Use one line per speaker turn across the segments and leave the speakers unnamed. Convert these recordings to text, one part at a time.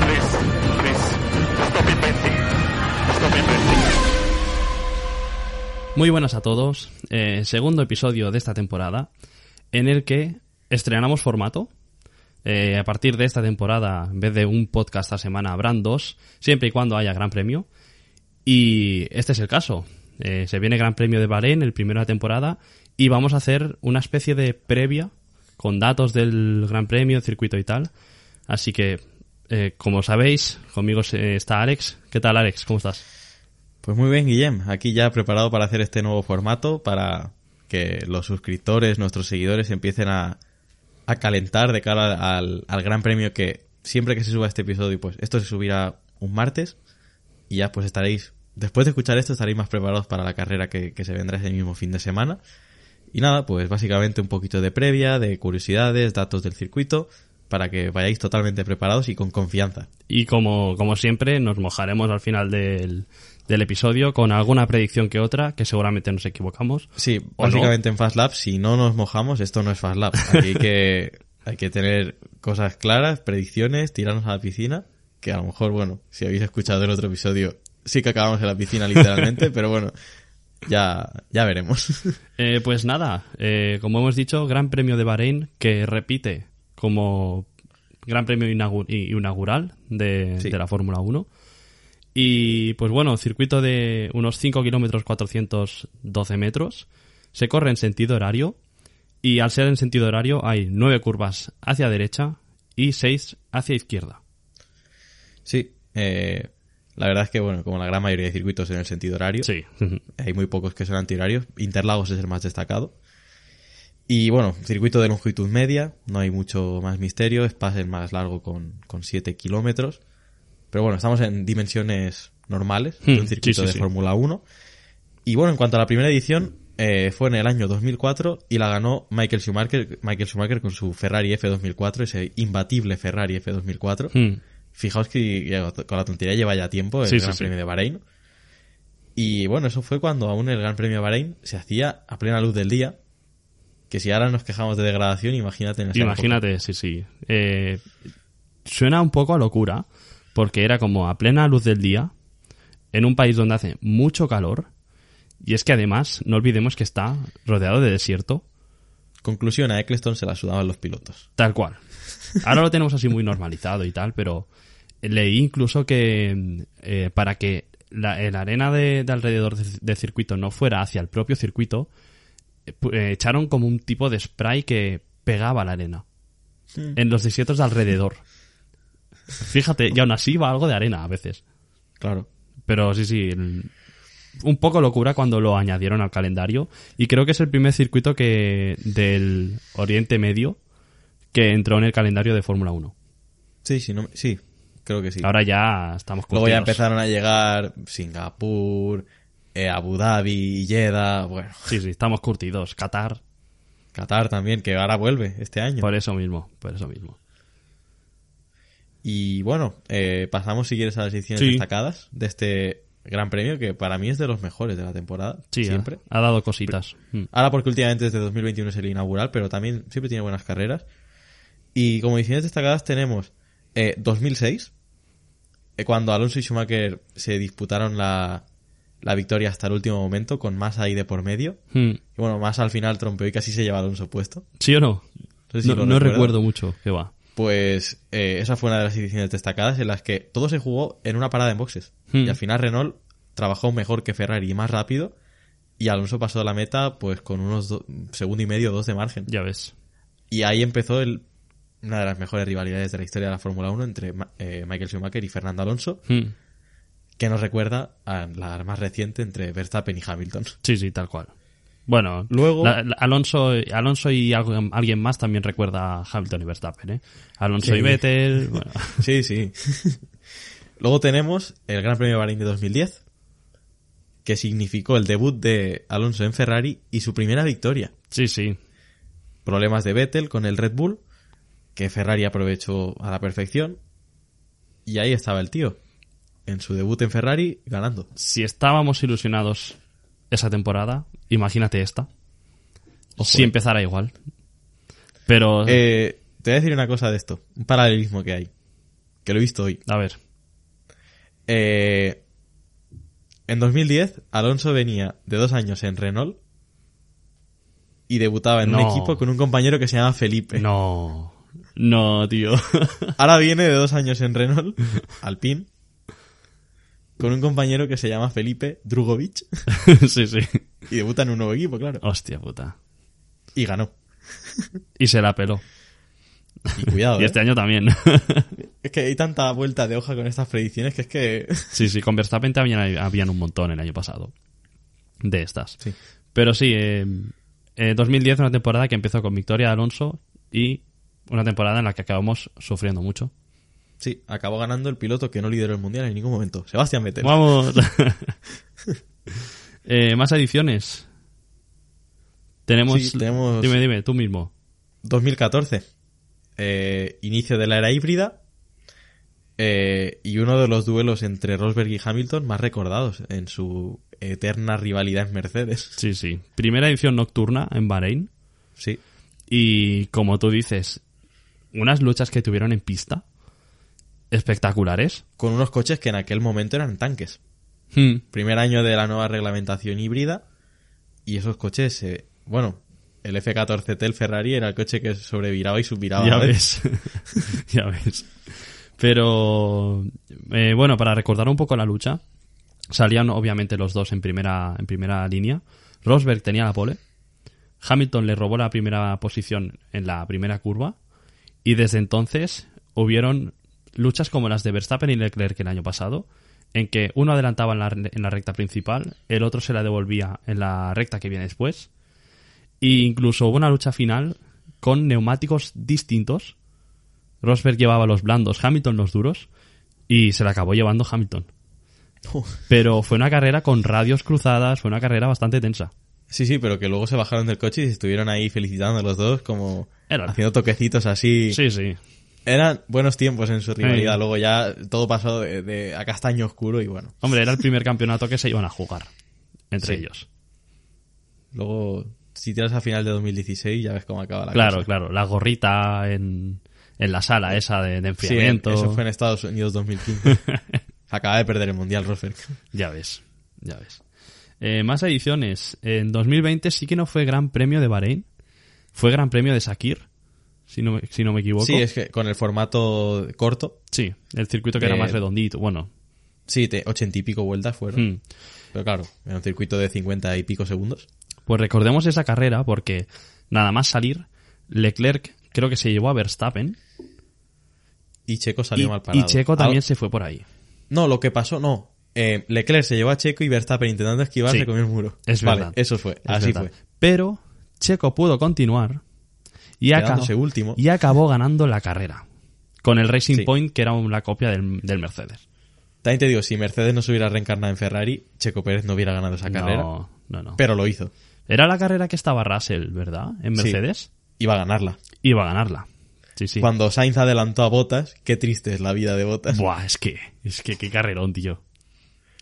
Please, please, stop inventing. Stop inventing.
Muy buenas a todos. Eh, segundo episodio de esta temporada en el que estrenamos formato. Eh, a partir de esta temporada, en vez de un podcast a semana, habrán dos, siempre y cuando haya Gran Premio. Y este es el caso. Eh, se viene Gran Premio de Bahrein, el primero de la temporada, y vamos a hacer una especie de previa con datos del Gran Premio, circuito y tal. Así que, eh, como sabéis, conmigo se- está Alex. ¿Qué tal, Alex? ¿Cómo estás?
Pues muy bien, Guillem. Aquí ya preparado para hacer este nuevo formato, para que los suscriptores, nuestros seguidores, empiecen a, a calentar de cara al, al gran premio que siempre que se suba este episodio, pues esto se subirá un martes y ya pues estaréis, después de escuchar esto, estaréis más preparados para la carrera que, que se vendrá ese mismo fin de semana. Y nada, pues básicamente un poquito de previa, de curiosidades, datos del circuito, para que vayáis totalmente preparados y con confianza.
Y como, como siempre, nos mojaremos al final del, del episodio con alguna predicción que otra, que seguramente nos equivocamos.
Sí,
¿O no?
básicamente en Fast Lab, si no nos mojamos, esto no es Fast Lab. Aquí hay que, hay que tener cosas claras, predicciones, tirarnos a la piscina, que a lo mejor, bueno, si habéis escuchado el otro episodio, sí que acabamos en la piscina literalmente, pero bueno, ya, ya veremos.
Eh, pues nada, eh, como hemos dicho, Gran Premio de Bahrein que repite como Gran Premio inaugu- i- inaugural de,
Sí.
de la Fórmula 1. Y pues bueno, circuito de unos 5 kilómetros 412 metros. Se corre en sentido horario. Y al ser en sentido horario hay 9 curvas hacia derecha y 6 hacia izquierda.
Sí, eh, la verdad es que, bueno, como la gran mayoría de circuitos en el sentido horario,
Sí.
Hay muy pocos que son antihorarios. Interlagos es el más destacado. Y bueno, circuito de longitud media, no hay mucho más misterio. Es el más largo con, con 7 kilómetros. Pero bueno, estamos en dimensiones normales
Hmm,
de un
sí,
circuito
sí,
de
sí.
Fórmula 1. Y bueno, en cuanto a la primera edición, eh, fue en el año 2004 y la ganó Michael Schumacher, Michael Schumacher con su Ferrari F2004, ese imbatible Ferrari F2004.
Hmm.
Fijaos que ya con la tontería lleva ya tiempo el
Sí, sí,
Gran
sí.
Premio de Bahrein. Y bueno, eso fue cuando aún el Gran Premio de Bahrein se hacía a plena luz del día. Que si ahora nos quejamos de degradación, imagínate en esa época.
Imagínate, sí, sí. Eh, suena un poco a locura, porque era como a plena luz del día, en un país donde hace mucho calor, y es que además, no olvidemos que está rodeado de desierto,
Conclusión, a Eccleston se la sudaban los pilotos.
tal cual. Ahora lo tenemos así muy normalizado y tal, pero leí incluso que eh, para que la, la arena de, de alrededor de- del circuito no fuera hacia el propio circuito, eh, pu- eh, echaron como un tipo de spray que pegaba la arena. en los desiertos de alrededor. Fíjate, y aún así va algo de arena a veces.
Claro.
Pero sí, sí, el- un poco locura cuando lo añadieron al calendario. Y creo que es el primer circuito que del Oriente Medio que entró en el calendario de Fórmula 1.
Sí, sí, no me- sí creo que sí.
Ahora ya estamos con
Luego ya empezaron a llegar Singapur, eh, Abu Dhabi, Jeddah, bueno,
Sí, sí, estamos curtidos. Qatar,
Qatar también, que ahora vuelve este año.
por eso mismo, por eso mismo.
Y bueno, eh, pasamos si quieres a las ediciones
Sí.
destacadas de este gran premio que para mí es de los mejores de la temporada.
Sí, ¿eh?
siempre.
Ha, ha dado cositas. Mm.
Ahora porque últimamente desde 2021 es el inaugural, pero también siempre tiene buenas carreras. Y como ediciones destacadas tenemos eh, 2006, eh, cuando Alonso y Schumacher se disputaron la, la victoria hasta el último momento con Massa ahí de por medio.
Mm.
Y bueno, Massa al final trompeó y casi se lleva a Alonso puesto.
¿Sí o no?
No sé si
no
lo
no
recuerdas.
recuerdo mucho que va.
Pues eh, esa fue una de las ediciones destacadas en las que todo se jugó en una parada en boxes.
Hmm.
Y al final Renault trabajó mejor que Ferrari y más rápido. Y Alonso pasó a la meta pues con unos do- segundo y medio, dos de margen.
Ya ves.
Y ahí empezó el- una de las mejores rivalidades de la historia de la Fórmula 1 entre Ma- eh, Michael Schumacher y Fernando Alonso,
Mm.
que nos recuerda a la más reciente entre Verstappen y Hamilton.
Sí, sí, tal cual. Bueno,
Luego-
la- la- Alonso, Alonso y algu- alguien más también recuerda a Hamilton y Verstappen, ¿eh? Alonso
Sí.
y Vettel. bueno.
Sí, sí. Luego tenemos el Gran Premio de Bahrein de 2010, que significó el debut de Alonso en Ferrari y su primera victoria.
Sí, sí.
Problemas de Vettel con el Red Bull, que Ferrari aprovechó a la perfección. Y ahí estaba el tío, en su debut en Ferrari, ganando.
Si estábamos ilusionados esa temporada, imagínate esta. si empezara igual. Pero,
Eh, te voy a decir una cosa de esto, un paralelismo que hay, que lo he visto hoy.
a ver,
Eh, en 2010, Alonso venía de dos años en Renault y debutaba en un
No.
equipo con un compañero que se llama Felipe.
no. No, tío.
Ahora viene de dos años en Renault, Alpine, con un compañero que se llama Felipe Drugovic
sí, sí.
y debuta en un nuevo equipo, claro.
Hostia puta.
Y ganó.
Y se la peló.
Y cuidado.
Y
¿eh?
este año también.
Es que hay tanta vuelta de hoja con estas predicciones que es que...
sí, sí, con Verstappen también hay- habían un montón el año pasado. De estas.
Sí.
Pero sí, eh, eh, 2010 una temporada que empezó con victoria de Alonso y una temporada en la que acabamos sufriendo mucho.
Sí, acabó ganando el piloto que no lideró el mundial en ningún momento. Sebastián Vettel.
Vamos. Eh, más ediciones. Tenemos,
Sí, tenemos-
Dime, dime, tú mismo.
2014. eh, inicio de la era híbrida. eh, y uno de los duelos entre Rosberg y Hamilton más recordados en su eterna rivalidad en Mercedes.
Sí, sí. Primera edición nocturna en Bahrein.
Sí.
Y como tú dices, unas luchas que tuvieron en pista espectaculares.
Con unos coches que en aquel momento eran tanques. Primer año de la nueva reglamentación híbrida. Y esos coches, eh, bueno, el F14T, el Ferrari, era el coche que sobreviraba y subviraba.
ya
a la vez.
ves. ya ves. Pero eh, bueno, para recordar un poco la lucha, salían obviamente los dos en primera, en primera línea. Rosberg tenía la pole. Hamilton le robó la primera posición en la primera curva. Y desde entonces hubieron luchas como las de Verstappen y Leclerc el año pasado, en que uno adelantaba en la, en la recta principal, el otro se la devolvía en la recta que viene después. E incluso hubo una lucha final con neumáticos distintos. Rosberg llevaba los blandos, Hamilton los duros, y se la acabó llevando Hamilton. Pero fue una carrera con radios cruzadas, fue una carrera bastante tensa.
Sí, sí, pero que luego se bajaron del coche y se estuvieron ahí felicitando a los dos, como
Era-
haciendo toquecitos así.
Sí, sí.
Eran buenos tiempos en su rivalidad.
Sí.
Luego ya todo pasó de, de a castaño oscuro y bueno.
Hombre, era el primer campeonato que se iban a jugar entre
Sí.
ellos.
Luego, si tiras a final de 2016, ya ves cómo acaba la
claro,
cosa.
claro. La gorrita en, en la sala esa de, de
Sí, en-
enfriamiento.
eso fue en Estados Unidos 2015. Acaba de perder el Mundial, Rosberg.
Ya ves, ya ves. Eh, más ediciones. En 2020 sí que no fue Gran Premio de Bahrein. Fue Gran Premio de Sakir, si no, me- si no me equivoco.
Sí, es que con el formato corto,
Sí, el circuito que
Eh,
era más redondito. Bueno,
sí, te, ochenta y pico vueltas fueron.
hmm.
Pero claro, en un circuito de 50 y pico segundos.
pues recordemos esa carrera porque nada más salir, Leclerc creo que se llevó a Verstappen
Y Checo salió
y,
mal
y
parado. Ah,
Checo también
Al-
se fue por ahí.
No, lo que pasó, no. Eh, Leclerc se llevó a Checo y Verstappen intentando esquivar
Sí.
se comió el muro.
Es
vale,
verdad.
eso fue.
Es
así
verdad.
fue.
Pero Checo pudo continuar y, acabó,
Quedándose último.
y acabó ganando la carrera con el Racing
Sí.
Point que era una copia del, del Mercedes.
También te digo, si Mercedes no se hubiera reencarnado en Ferrari, Checo Pérez no hubiera ganado esa carrera.
No, no, no.
Pero lo hizo.
Era la carrera que estaba Russell, ¿verdad? En
Sí.
Mercedes.
Iba a ganarla.
Iba a ganarla. Sí, sí.
Cuando Sainz adelantó a Botas, qué triste es la vida de Botas.
Buah, es que, es que qué carrerón, tío.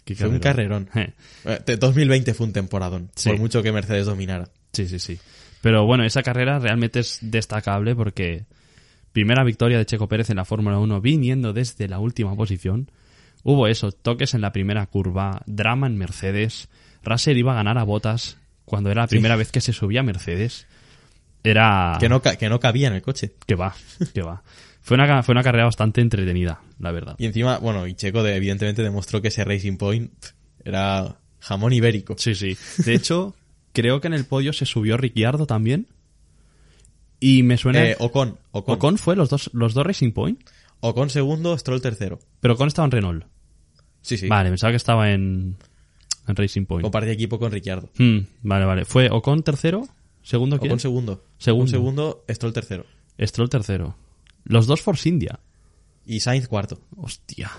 Qué
Fue un carrerón.
Eh,
Eh, te- 2020 fue un temporadón,
Sí.
por mucho que Mercedes dominara.
Sí, sí, sí. Pero bueno, esa carrera realmente es destacable porque primera victoria de Checo Pérez en la Fórmula 1 viniendo desde la última posición. Hubo eso, toques en la primera curva, drama en Mercedes. Russell iba a ganar a botas cuando era la primera vez que se subía a Mercedes. Era...
Que, no ca- que no cabía en el coche.
Que va, que va. Fue una, ca- fue una carrera bastante entretenida, la verdad.
Y encima, bueno, y Checo de- evidentemente demostró que ese Racing Point pf, era jamón ibérico.
Sí, sí. De hecho, creo que en el podio se subió Ricciardo también. Y me suena...
Eh, Ocon, Ocon.
Ocon fue los dos, los dos Racing Point,
Ocon segundo, Stroll tercero.
pero Ocon estaba en Renault.
Sí, sí.
Vale, pensaba que estaba en, en Racing Point.
Compartía equipo con Ricciardo.
Hmm, vale, vale. Fue Ocon tercero, segundo quién?
Ocon segundo.
Segundo.
Ocon segundo, Stroll tercero.
Stroll tercero. Los dos Force India.
Y Sainz cuarto.
Hostia.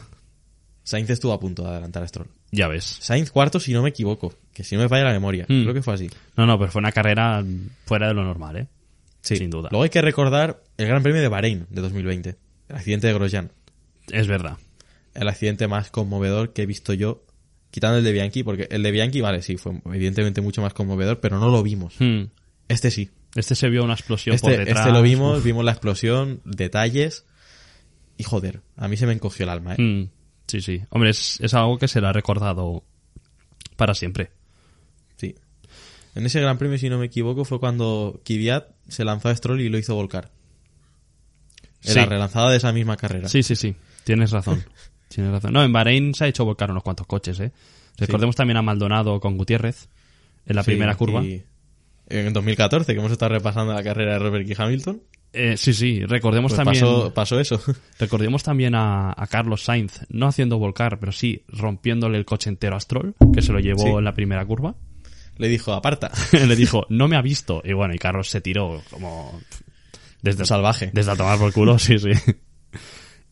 Sainz estuvo a punto de adelantar a Stroll.
Ya ves.
Sainz cuarto, si no me equivoco, que si no me falla la memoria,
Mm.
creo que fue así.
No, no, pero fue una carrera fuera de lo normal, ¿eh? Sin duda.
Luego hay que recordar el Gran Premio de Bahrein de 2020, el accidente de Grosjean,
Es verdad.
el accidente más conmovedor que he visto yo, quitando el de Bianchi, porque el de Bianchi, vale, sí, fue evidentemente mucho más conmovedor, pero no lo vimos.
Hmm.
Este sí.
Este se vio una explosión por
Este,
detrás.
este lo vimos, vimos la explosión, detalles. Y joder, a mí se me encogió el alma. ¿eh?
Mm, sí, sí. Hombre, es, es algo que será recordado para siempre.
Sí. En ese Gran Premio, si no me equivoco, fue cuando Kvyat se lanzó a Stroll y lo hizo volcar. En
Sí.
la relanzada de esa misma carrera.
Sí, sí, sí. Tienes razón. Tienes razón. No, en Bahrein se ha hecho volcar unos cuantos coches, ¿eh? Recordemos también a Maldonado con Gutiérrez en la
Sí,
primera curva.
y En 2014, que hemos estado repasando la carrera de Robert y Hamilton,
Eh, sí, sí. Recordemos
pues
también,
pasó, pasó eso.
recordemos también a, a Carlos Sainz, no haciendo volcar, pero sí rompiéndole el coche entero a Stroll, que se lo llevó
Sí.
en la primera curva.
Le dijo, aparta.
Le dijo, no me ha visto. Y bueno, y Carlos se tiró como
Pues
desde el
Salvaje.
Desde a tomar por culo, sí, sí.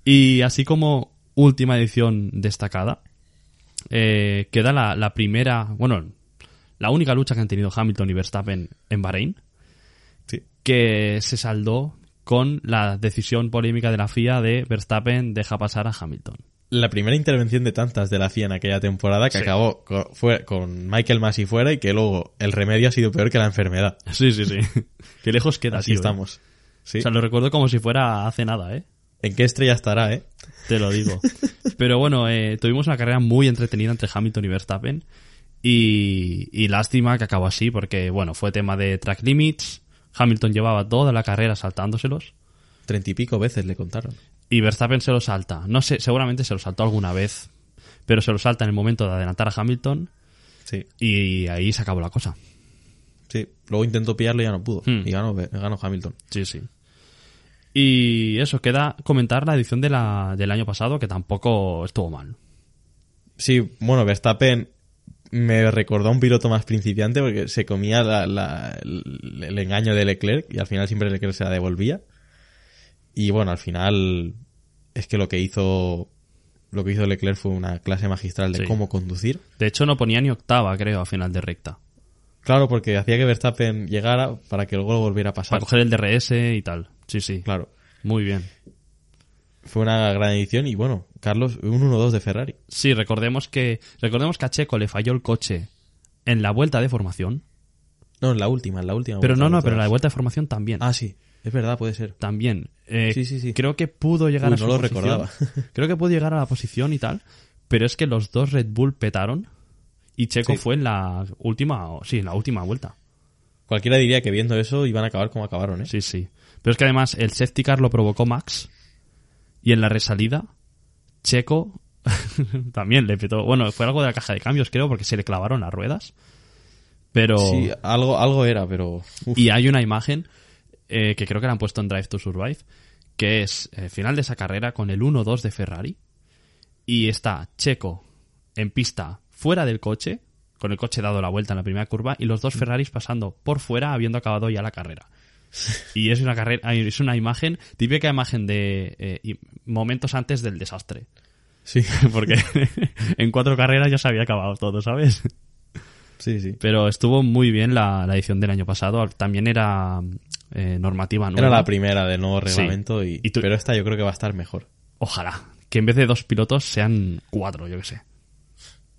Y así como última edición destacada, eh, queda la, la primera, bueno, la única lucha que han tenido Hamilton y Verstappen en Bahrein,
Sí.
que se saldó con la decisión polémica de la FIA de Verstappen deja pasar a Hamilton.
La primera intervención de tantas de la FIA en aquella temporada que
Sí.
acabó con, fue, con Michael Masi fuera y que luego el remedio ha sido peor que la enfermedad.
Sí, sí, sí. Qué lejos queda,
Así
tío, ¿eh?
estamos. Sí.
O sea, lo recuerdo como si fuera hace nada, ¿eh?
¿En qué estrella estará, eh?
Te lo digo. Pero bueno, eh, tuvimos una carrera muy entretenida entre Hamilton y Verstappen. Y, y lástima que acabó así, porque bueno, fue tema de track limits. Hamilton llevaba toda la carrera saltándoselos.
Treinta y pico veces le contaron.
Y Verstappen se lo salta. No sé, seguramente se lo saltó alguna vez. Pero se lo salta en el momento de adelantar a Hamilton.
Sí,
Y ahí se acabó la cosa.
sí. Luego intentó pillarlo y ya no pudo.
Hmm.
Y ganó, ganó Hamilton.
Sí, sí. Y eso, queda comentar la edición de la, del año pasado, que tampoco estuvo mal.
Sí, bueno, Verstappen me recordó a un piloto más principiante porque se comía la- la- el, el engaño de Leclerc y al final siempre Leclerc se la devolvía. Y bueno, al final es que lo que hizo lo que hizo Leclerc fue una clase magistral de
Sí.
cómo conducir.
De hecho, no ponía ni octava, creo, a final de recta.
Claro, porque hacía que Verstappen llegara para que luego lo volviera a pasar.
Para coger el DRS y tal. Sí, sí.
Claro.
Muy bien.
Fue una gran edición y bueno, Carlos, un 1-2 de Ferrari.
Sí, recordemos que, recordemos que a Checo le falló el coche en la vuelta de formación.
No, en la última, en la última.
Pero
vuelta,
no, no,
los
pero en la
dos.
vuelta de formación también.
Ah, sí. Es verdad, puede ser.
También. Eh,
Sí, sí, sí.
Creo que pudo llegar
Uy,
a su
no lo
posición.
recordaba.
creo que pudo llegar a la posición y tal. Pero es que los dos Red Bull petaron. Y Checo
Sí.
fue en la última, sí, en la última vuelta.
Cualquiera diría que viendo eso iban a acabar como acabaron, ¿eh?
Sí, sí. Pero es que además el safety car lo provocó Max. Y en la resalida, Checo también le petó. Bueno, fue algo de la caja de cambios, creo, porque se le clavaron las ruedas. Pero.
Sí, algo, algo era, pero. uf,
Y hay una imagen eh, que creo que la han puesto en Drive to Survive, que es el final de esa carrera con el 1-2 de Ferrari. Y está Checo en pista fuera del coche, con el coche dado la vuelta en la primera curva, y los dos Ferraris pasando por fuera habiendo acabado ya la carrera. Y es una carrera, ay, es una imagen, típica imagen de eh, y- momentos antes del desastre.
sí,
Porque en cuatro carreras ya se había acabado todo, ¿sabes?
sí, sí.
Pero estuvo muy bien la, la edición del año pasado. También era eh, normativa nueva.
Era la primera del nuevo
Sí.
reglamento, y,
Y tú-
pero esta yo creo que va a estar mejor.
Ojalá. Que en vez de dos pilotos sean cuatro, yo que sé.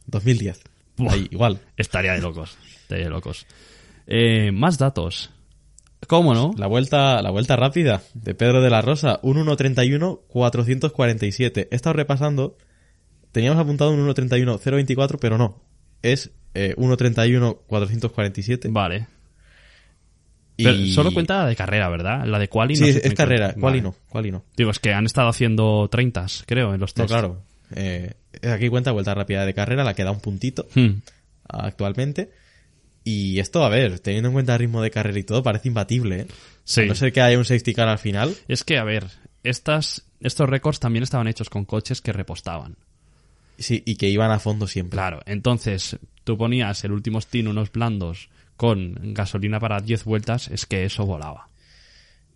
2010.
Buah.
Ahí, igual.
Estaría de locos. Estaría de locos. Eh, más datos. ¿Cómo no?
La vuelta, la vuelta rápida de Pedro de la Rosa, un 1.31-447. He estado repasando. Teníamos apuntado un 1.31-024, pero no. Es eh, 1.31-447.
Vale.
y-
Pero solo cuenta la de carrera, ¿verdad? La de quali no
Sí,
sé
es,
si
es
me-
carrera. ¿Cuál y
Vale.
no? ¿Cuál y no?
Digo, es que han estado haciendo 30, creo, en los
No,
test.
claro. Eh, aquí cuenta vuelta rápida de carrera, la que da un puntito
Hmm.
actualmente. Y esto, a ver, teniendo en cuenta el ritmo de carrera y todo, parece imbatible, ¿eh?
Sí.
A no ser que haya un safety car al final.
Es que, a ver, estas, estos récords también estaban hechos con coches que repostaban.
Sí, y que iban a fondo siempre.
Claro, entonces tú ponías el último stint unos blandos con gasolina para 10 vueltas, es que eso volaba.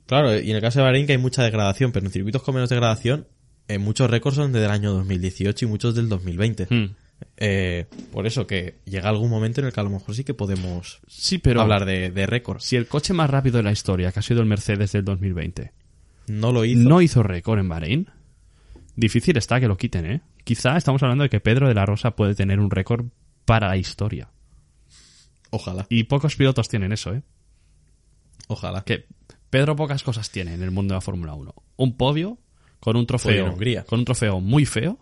Claro, y en el caso de Bahrein que hay mucha degradación, pero en circuitos con menos degradación eh, muchos récords son desde el año 2018 y muchos del 2020.
Hmm.
Eh, por eso que llega algún momento en el que a lo mejor sí que podemos
Sí, pero
hablar de, de récords.
si el coche más rápido de la historia, que ha sido el Mercedes del 2020,
No lo hizo.
no hizo récord en Bahrein, difícil está que lo quiten, ¿eh? Quizá estamos hablando de que Pedro de la Rosa puede tener un récord para la historia.
Ojalá,
Y pocos pilotos tienen eso, ¿eh?
ojalá.
Que Pedro pocas cosas tiene en el mundo de la Fórmula 1. Un podio con un
Podio
trofeo.
en Hungría.
Con un trofeo muy feo.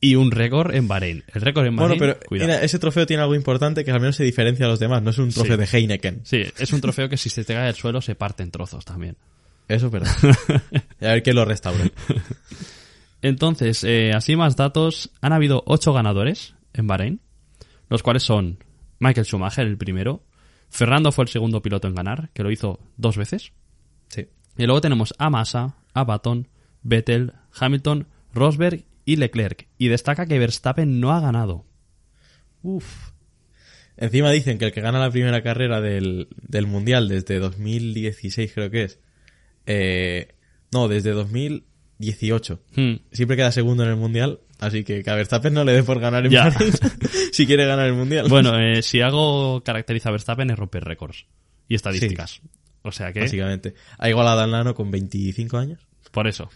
Y un récord en Bahrein. El récord en
Bueno,
Bahrein.
pero
cuidado.
mira, ese trofeo tiene algo importante que al menos se diferencia a los demás. No es un trofeo
Sí.
de Heineken.
Sí, es un trofeo que si se te cae al suelo se parte en trozos también.
Eso es verdad. Y a ver quién lo restaura.
Entonces, eh, así más datos. Han habido ocho ganadores en Bahrein, los cuales son Michael Schumacher, el primero. Fernando fue el segundo piloto en ganar, que lo hizo dos veces.
Sí.
Y luego tenemos a Massa, a Baton, Vettel, Hamilton, Rosberg y Leclerc. Y destaca que Verstappen no ha ganado.
Uf. Encima dicen que el que gana la primera carrera del, del Mundial desde 2016 creo que es. eh, no, desde 2018.
Hmm.
Siempre queda segundo en el Mundial, así que que a Verstappen no le dé por ganar en
Ya.
París si quiere ganar el Mundial.
Bueno, eh, si algo caracteriza a Verstappen es romper récords y estadísticas. O sea que,
Básicamente. Ha igualado al Nano con 25 años.
por eso.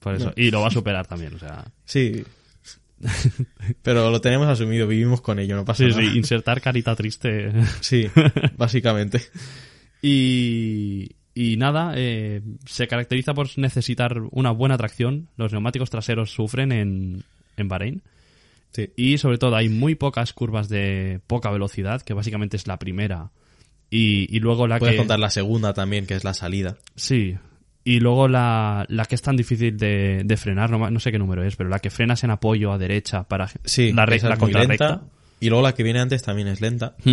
Por eso.
No.
Y lo va a superar también, o sea.
Sí. Pero lo tenemos asumido, vivimos con ello, no pasa
Sí,
nada.
sí, insertar carita triste.
Sí, básicamente.
Y, y nada, eh, se caracteriza por necesitar una buena tracción. Los neumáticos traseros sufren en, en Bahrein.
Sí.
Y sobre todo hay muy pocas curvas de poca velocidad, que básicamente es la primera. Y, y luego la
Puedes
que...
contar la segunda también, que es la salida.
Sí. Y luego la, la que es tan difícil de, de frenar, no, ma- no sé qué número es, pero la que frenas en apoyo a derecha para
Sí,
la, re-
esa
la
es muy
contrarrecta.
lenta. Y luego la que viene antes también es lenta.
Hmm.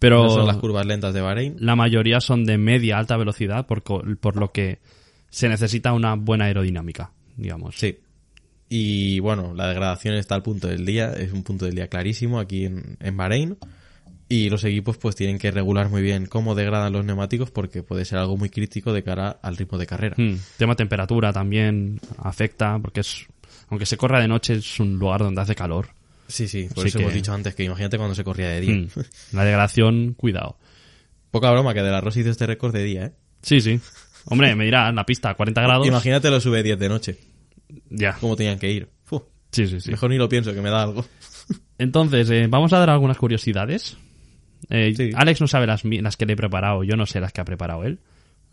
Esas son las
Pero
curvas lentas de Bahrein.
la mayoría son de media alta velocidad, por, co- por lo que se necesita una buena aerodinámica, digamos.
Sí. Y bueno, la degradación está al punto del día, es un punto del día clarísimo aquí en, en Bahrein. Y los equipos pues tienen que regular muy bien cómo degradan los neumáticos porque puede ser algo muy crítico de cara al ritmo de carrera.
Hmm. Tema temperatura también afecta, porque es aunque se corra de noche, es un lugar donde hace calor.
Sí, sí, por
Así
eso
que-
hemos dicho antes que Mm. imagínate cuando se corría de día.
Hmm. La degradación, cuidado.
Poca broma que De La Rosa hizo este récord de día, ¿eh?
Sí, sí. Hombre, me dirá, en la pista a 40 grados.
Imagínate lo sube 10 de noche,
Ya.
cómo tenían que ir. Fu,
Sí, sí, sí.
Mejor ni lo pienso, que me da algo.
Entonces, eh, vamos a dar algunas curiosidades. Eh,
Sí.
Alex no sabe las, mi- las que le he preparado, yo no sé las que ha preparado él.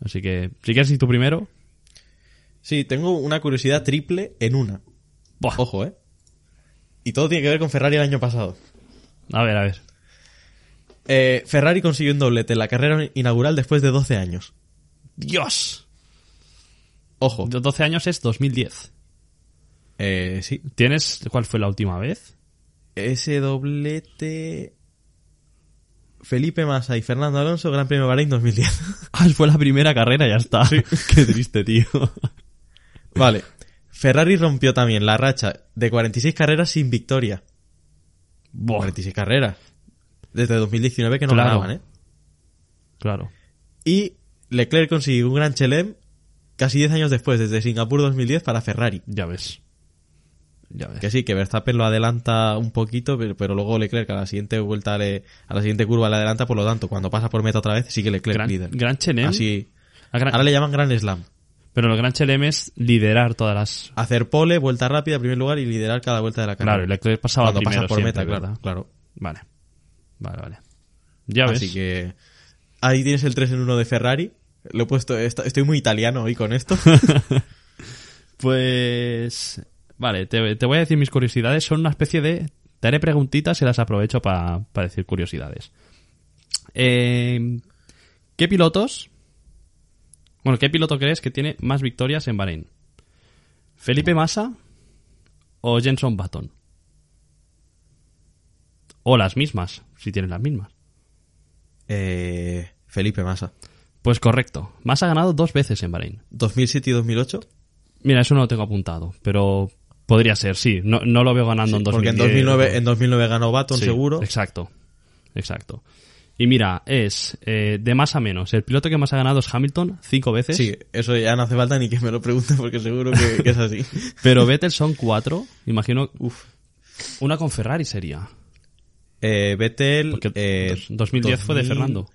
Así que, si quieres ir tú primero.
Sí, tengo una curiosidad triple en una.
Buah.
Ojo, ¿eh? Y todo tiene que ver con Ferrari el año pasado.
A ver, a ver.
Eh, Ferrari consiguió un doblete en la carrera inaugural después de 12 años.
¡Dios!
Ojo.
De 12 años es 2010.
Eh, sí.
¿Tienes cuál fue la última vez?
Ese doblete... Felipe Massa y Fernando Alonso, Gran Premio Bahrein 2010.
Ah, fue la primera carrera, ya está. Qué triste, tío.
vale. Ferrari rompió también la racha de 46 carreras sin victoria.
Buah,
46 carreras. Desde 2019 que no
Claro.
ganaban, ¿eh?
claro.
Y Leclerc consiguió un gran chelem casi 10 años después, desde Singapur 2010 para Ferrari.
Ya ves. Ya ves.
Que sí, que Verstappen lo adelanta un poquito, pero, pero luego Leclerc a la siguiente vuelta, le- a la siguiente curva le adelanta, por lo tanto, cuando pasa por meta otra vez, sigue Leclerc
Gran,
líder.
gran Chelem.
Así,
A gran-
ahora le llaman Gran Slam.
Pero el gran Chelem es liderar todas las.
Hacer pole, vuelta rápida, primer lugar y liderar cada vuelta de la carrera.
Claro, el Leclerc pasaba
cuando
primero
pasa por
siempre,
meta, claro,
¿verdad?
claro.
Vale. Vale, vale. Ya ves.
Así que ahí tienes el 3 en 1 de Ferrari. Lo he puesto, est- estoy muy italiano hoy con esto.
Pues. Vale, te, te voy a decir mis curiosidades. Son una especie de. Te haré preguntitas y las aprovecho para decir curiosidades. Eh, ¿Qué pilotos? Bueno, ¿qué piloto crees que tiene más victorias en Bahrein? ¿Felipe Massa o Jenson Button? O las mismas, si tienen las mismas.
Eh, Felipe Massa.
Pues correcto. Massa ha ganado dos veces en Bahrein.
2007 y 2008.
Mira, eso no lo tengo apuntado, pero podría ser, sí. No, no lo veo ganando en 2010.
Porque en 2009, en 2009 ganó Baton
Sí,
seguro.
Exacto, exacto. Y mira, es eh, de más a menos. El piloto que más ha ganado es Hamilton, cinco veces.
Sí, eso ya no hace falta ni que me lo pregunte porque seguro que, que es así.
Pero Vettel son cuatro. Imagino. Uf. Una con Ferrari sería.
Eh, Vettel.
Porque
eh,
dos- 2010 fue de
2000,
Fernando.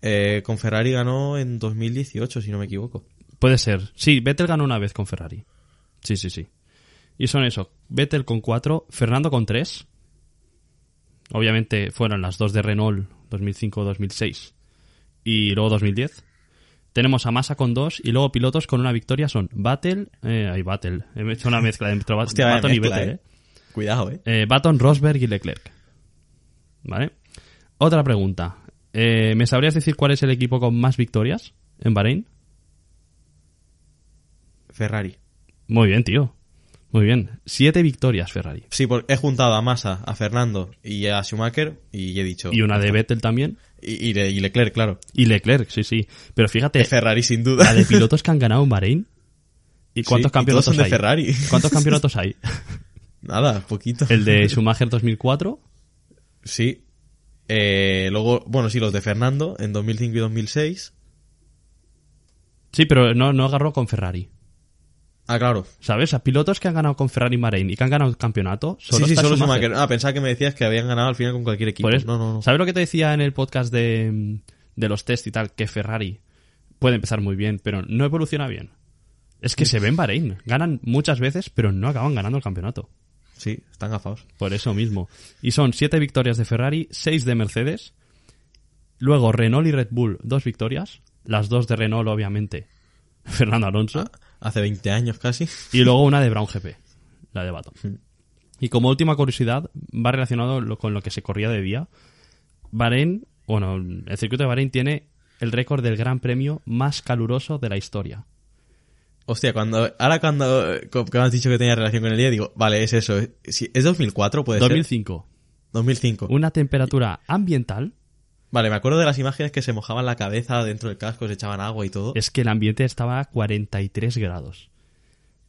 eh, con Ferrari ganó en 2018, si no me equivoco.
Puede ser. Sí, Vettel ganó una vez con Ferrari. Sí, sí, sí. Y son eso. Vettel con cuatro, Fernando con tres. Obviamente fueron las dos de Renault 2005-2006 y luego 2010. Tenemos a Massa con dos y luego pilotos con una victoria son Battle. Eh, ay, Battle. He hecho una mezcla entre Bat-
Hostia, vaya
Baton y
mezcla,
Vettel,
eh.
eh.
Cuidado, eh.
Eh, Baton, Rosberg y Leclerc. ¿Vale? Otra pregunta. Eh, ¿Me sabrías decir cuál es el equipo con más victorias en Bahrein?
Ferrari.
Muy bien, tío. Muy bien. Siete victorias, Ferrari.
Sí, porque he juntado a Massa, a Fernando y a Schumacher y he dicho.
Y una de Vettel también.
Y, y de- y Leclerc, claro.
Y Leclerc, sí, sí. Pero fíjate,
Ferrari, sin
Eh, la
duda.
de pilotos que han ganado en Bahrein. ¿Y cuántos
Sí, y todos
campeonatos
son de
hay?
Ferrari.
¿Cuántos campeonatos hay?
Nada, poquito.
El de Schumacher 2004.
Sí. Eh, luego, bueno, sí, los de Fernando en 2005 y 2006.
Sí, pero no, no agarró con Ferrari.
Ah, claro.
¿Sabes? A pilotos que han ganado con Ferrari en Bahrein y que han ganado el campeonato. Solo
sí, sí,
está
solo
Schumacher.
Schumacher. Ah, pensaba que me decías que habían ganado al final con cualquier equipo.
Por eso-
no, no, no.
¿Sabes lo que te decía en el podcast de, de los test y tal? Que Ferrari puede empezar muy bien, pero no evoluciona bien. Es que se ve en Bahrein. Ganan muchas veces, pero no acaban ganando el campeonato.
Sí, están gafados.
Por eso mismo. Y son siete victorias de Ferrari, seis de Mercedes. Luego Renault y Red Bull, dos victorias. Las dos de Renault, obviamente. Fernando Alonso.
Ah, Hace 20 años casi.
Y luego una de Brown GP, la de Baton. Y como última curiosidad, va relacionado lo- con lo que se corría de día. Bahrein, bueno, el circuito de Bahrein tiene el récord del gran premio más caluroso de la historia.
Hostia, cuando, ahora cuando, eh, co- que me has dicho que tenía relación con el día, digo, vale, es eso. Es, sí, ¿es 2004, puede
2005.
ser. Pues- 2005.
Una temperatura ambiental.
Vale, me acuerdo de las imágenes que se mojaban la cabeza dentro del casco, se echaban agua y todo.
Es que el ambiente estaba a 43 grados.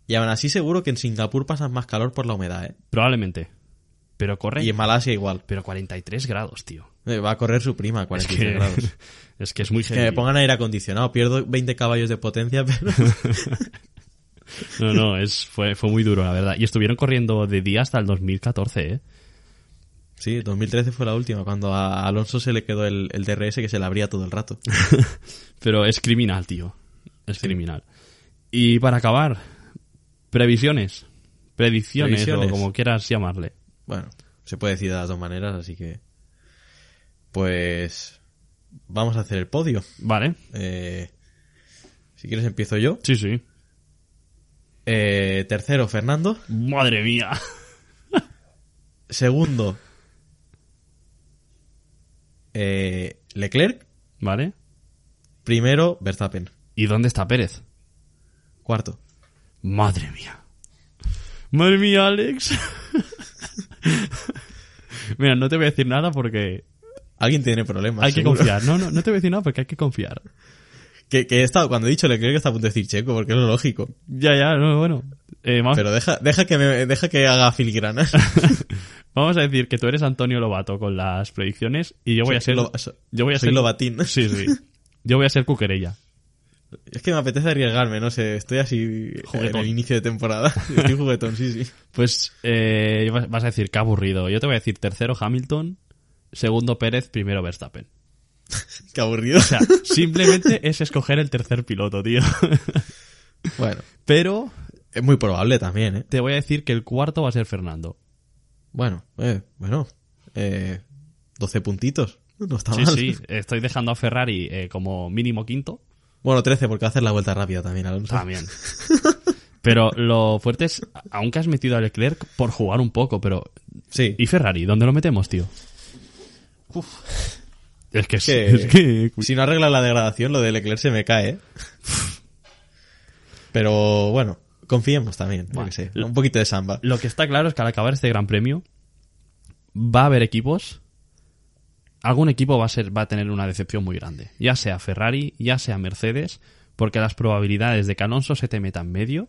Y aún así seguro que en Singapur pasan más calor por la humedad, ¿eh?
Probablemente. Pero corre.
Y en Malasia igual.
Pero 43 grados, tío.
Eh, Va a correr su prima a
Es
46
que,
grados.
es que es muy
Que me
heavy.
pongan aire acondicionado, pierdo 20 caballos de potencia, pero...
No, no, es, fue, fue muy duro, la verdad. Y estuvieron corriendo de día hasta el 2014, ¿eh?
Sí, 2013 fue la última, cuando a Alonso se le quedó el, el DRS que se le abría todo el rato.
Pero es criminal, tío. Es criminal. Y para acabar, previsiones. Predicciones,
Previsiones.
o como quieras llamarle.
Bueno, se puede decir de las dos maneras, así que... Pues... Vamos a hacer el podio.
¿Vale?
Eh, si quieres empiezo yo.
Sí, sí.
Eh, tercero, Fernando.
Madre mía.
Segundo, eh, Leclerc.
¿Vale?
Primero, Verstappen.
¿Y dónde está Pérez?
Cuarto.
Madre mía. Madre mía, Alex. Mira, no te voy a decir nada porque
Alguien tiene problemas.
hay que
seguro.
confiar. No, no, no te voy a decir nada porque hay que confiar.
Que, que he estado, cuando he dicho Leclerc, está a punto de decir Checo, porque es lo lógico.
Ya, ya, no, bueno. Eh, vamos,
Pero deja, deja, que, me- deja que haga filigranas.
vamos a decir que tú eres Antonio Lobato con las predicciones y yo voy
Soy
a ser.
Lo- so-
yo voy a
soy
ser.
Lobatín.
Sí, sí. Yo voy a ser cuquerella.
Es que me apetece arriesgarme, no sé. Estoy así eh, en
Juguetón.
el inicio de temporada. Estoy juguetón, sí, sí.
Pues eh, vas vas a decir que aburrido. Yo te voy a decir tercero Hamilton, segundo Pérez, primero Verstappen.
Qué aburrido.
O sea, simplemente es escoger el tercer piloto, tío.
Bueno,
Pero
es muy probable también, ¿eh?
te voy a decir que el cuarto va a ser Fernando.
Bueno, eh, bueno. Eh, 12 puntitos. No está
Sí,
mal.
sí. Estoy dejando a Ferrari eh, como mínimo quinto.
Bueno, 13, porque va a hacer la vuelta rápida también, Alonso.
También. Pero lo fuerte es, aunque has metido a Leclerc por jugar un poco, pero...
Sí.
¿Y Ferrari? ¿Dónde lo metemos, tío? Es que...
Es
Es
que-
es que...
Si no arregla la degradación, lo de Leclerc se me cae. ¿eh? Pero bueno, confiemos también. yo
Bueno,
qué sé,
lo-
un poquito de samba.
Lo que está claro es que al acabar este gran premio va a haber equipos. Algún equipo va a ser, va a tener una decepción muy grande. Ya sea Ferrari, ya sea Mercedes, porque las probabilidades de que Alonso se te meta en medio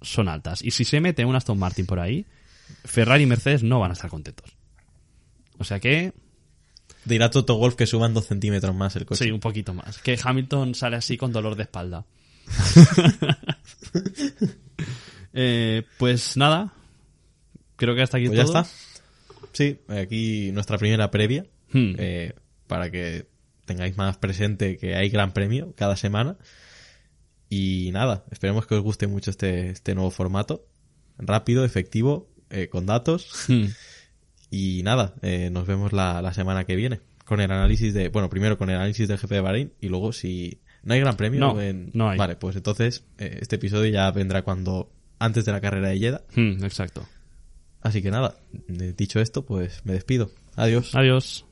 son altas. Y si se mete un Aston Martin por ahí, Ferrari y Mercedes no van a estar contentos. O sea que
Dirá Toto Wolf que suban dos centímetros más el coche.
Sí, un poquito más. Que Hamilton sale así con dolor de espalda. Eh, pues nada. Creo que hasta aquí
Pues ya
todo.
está. Sí, aquí nuestra primera previa.
Hmm.
eh, para que tengáis más presente que hay gran premio cada semana. Y nada, esperemos que os guste mucho este, este nuevo formato. Rápido, efectivo, eh, con datos.
Hmm.
Y nada, eh, nos vemos la, la semana que viene. Con el análisis de. Bueno, primero con el análisis del jefe de Bahrein y luego si. No hay gran premio.
No,
en-
no hay.
Vale, pues entonces eh, este episodio ya vendrá cuando. Antes de la carrera de Jeddah.
Hmm, exacto.
Así que nada, eh, dicho esto, pues me despido. Adiós.
Adiós.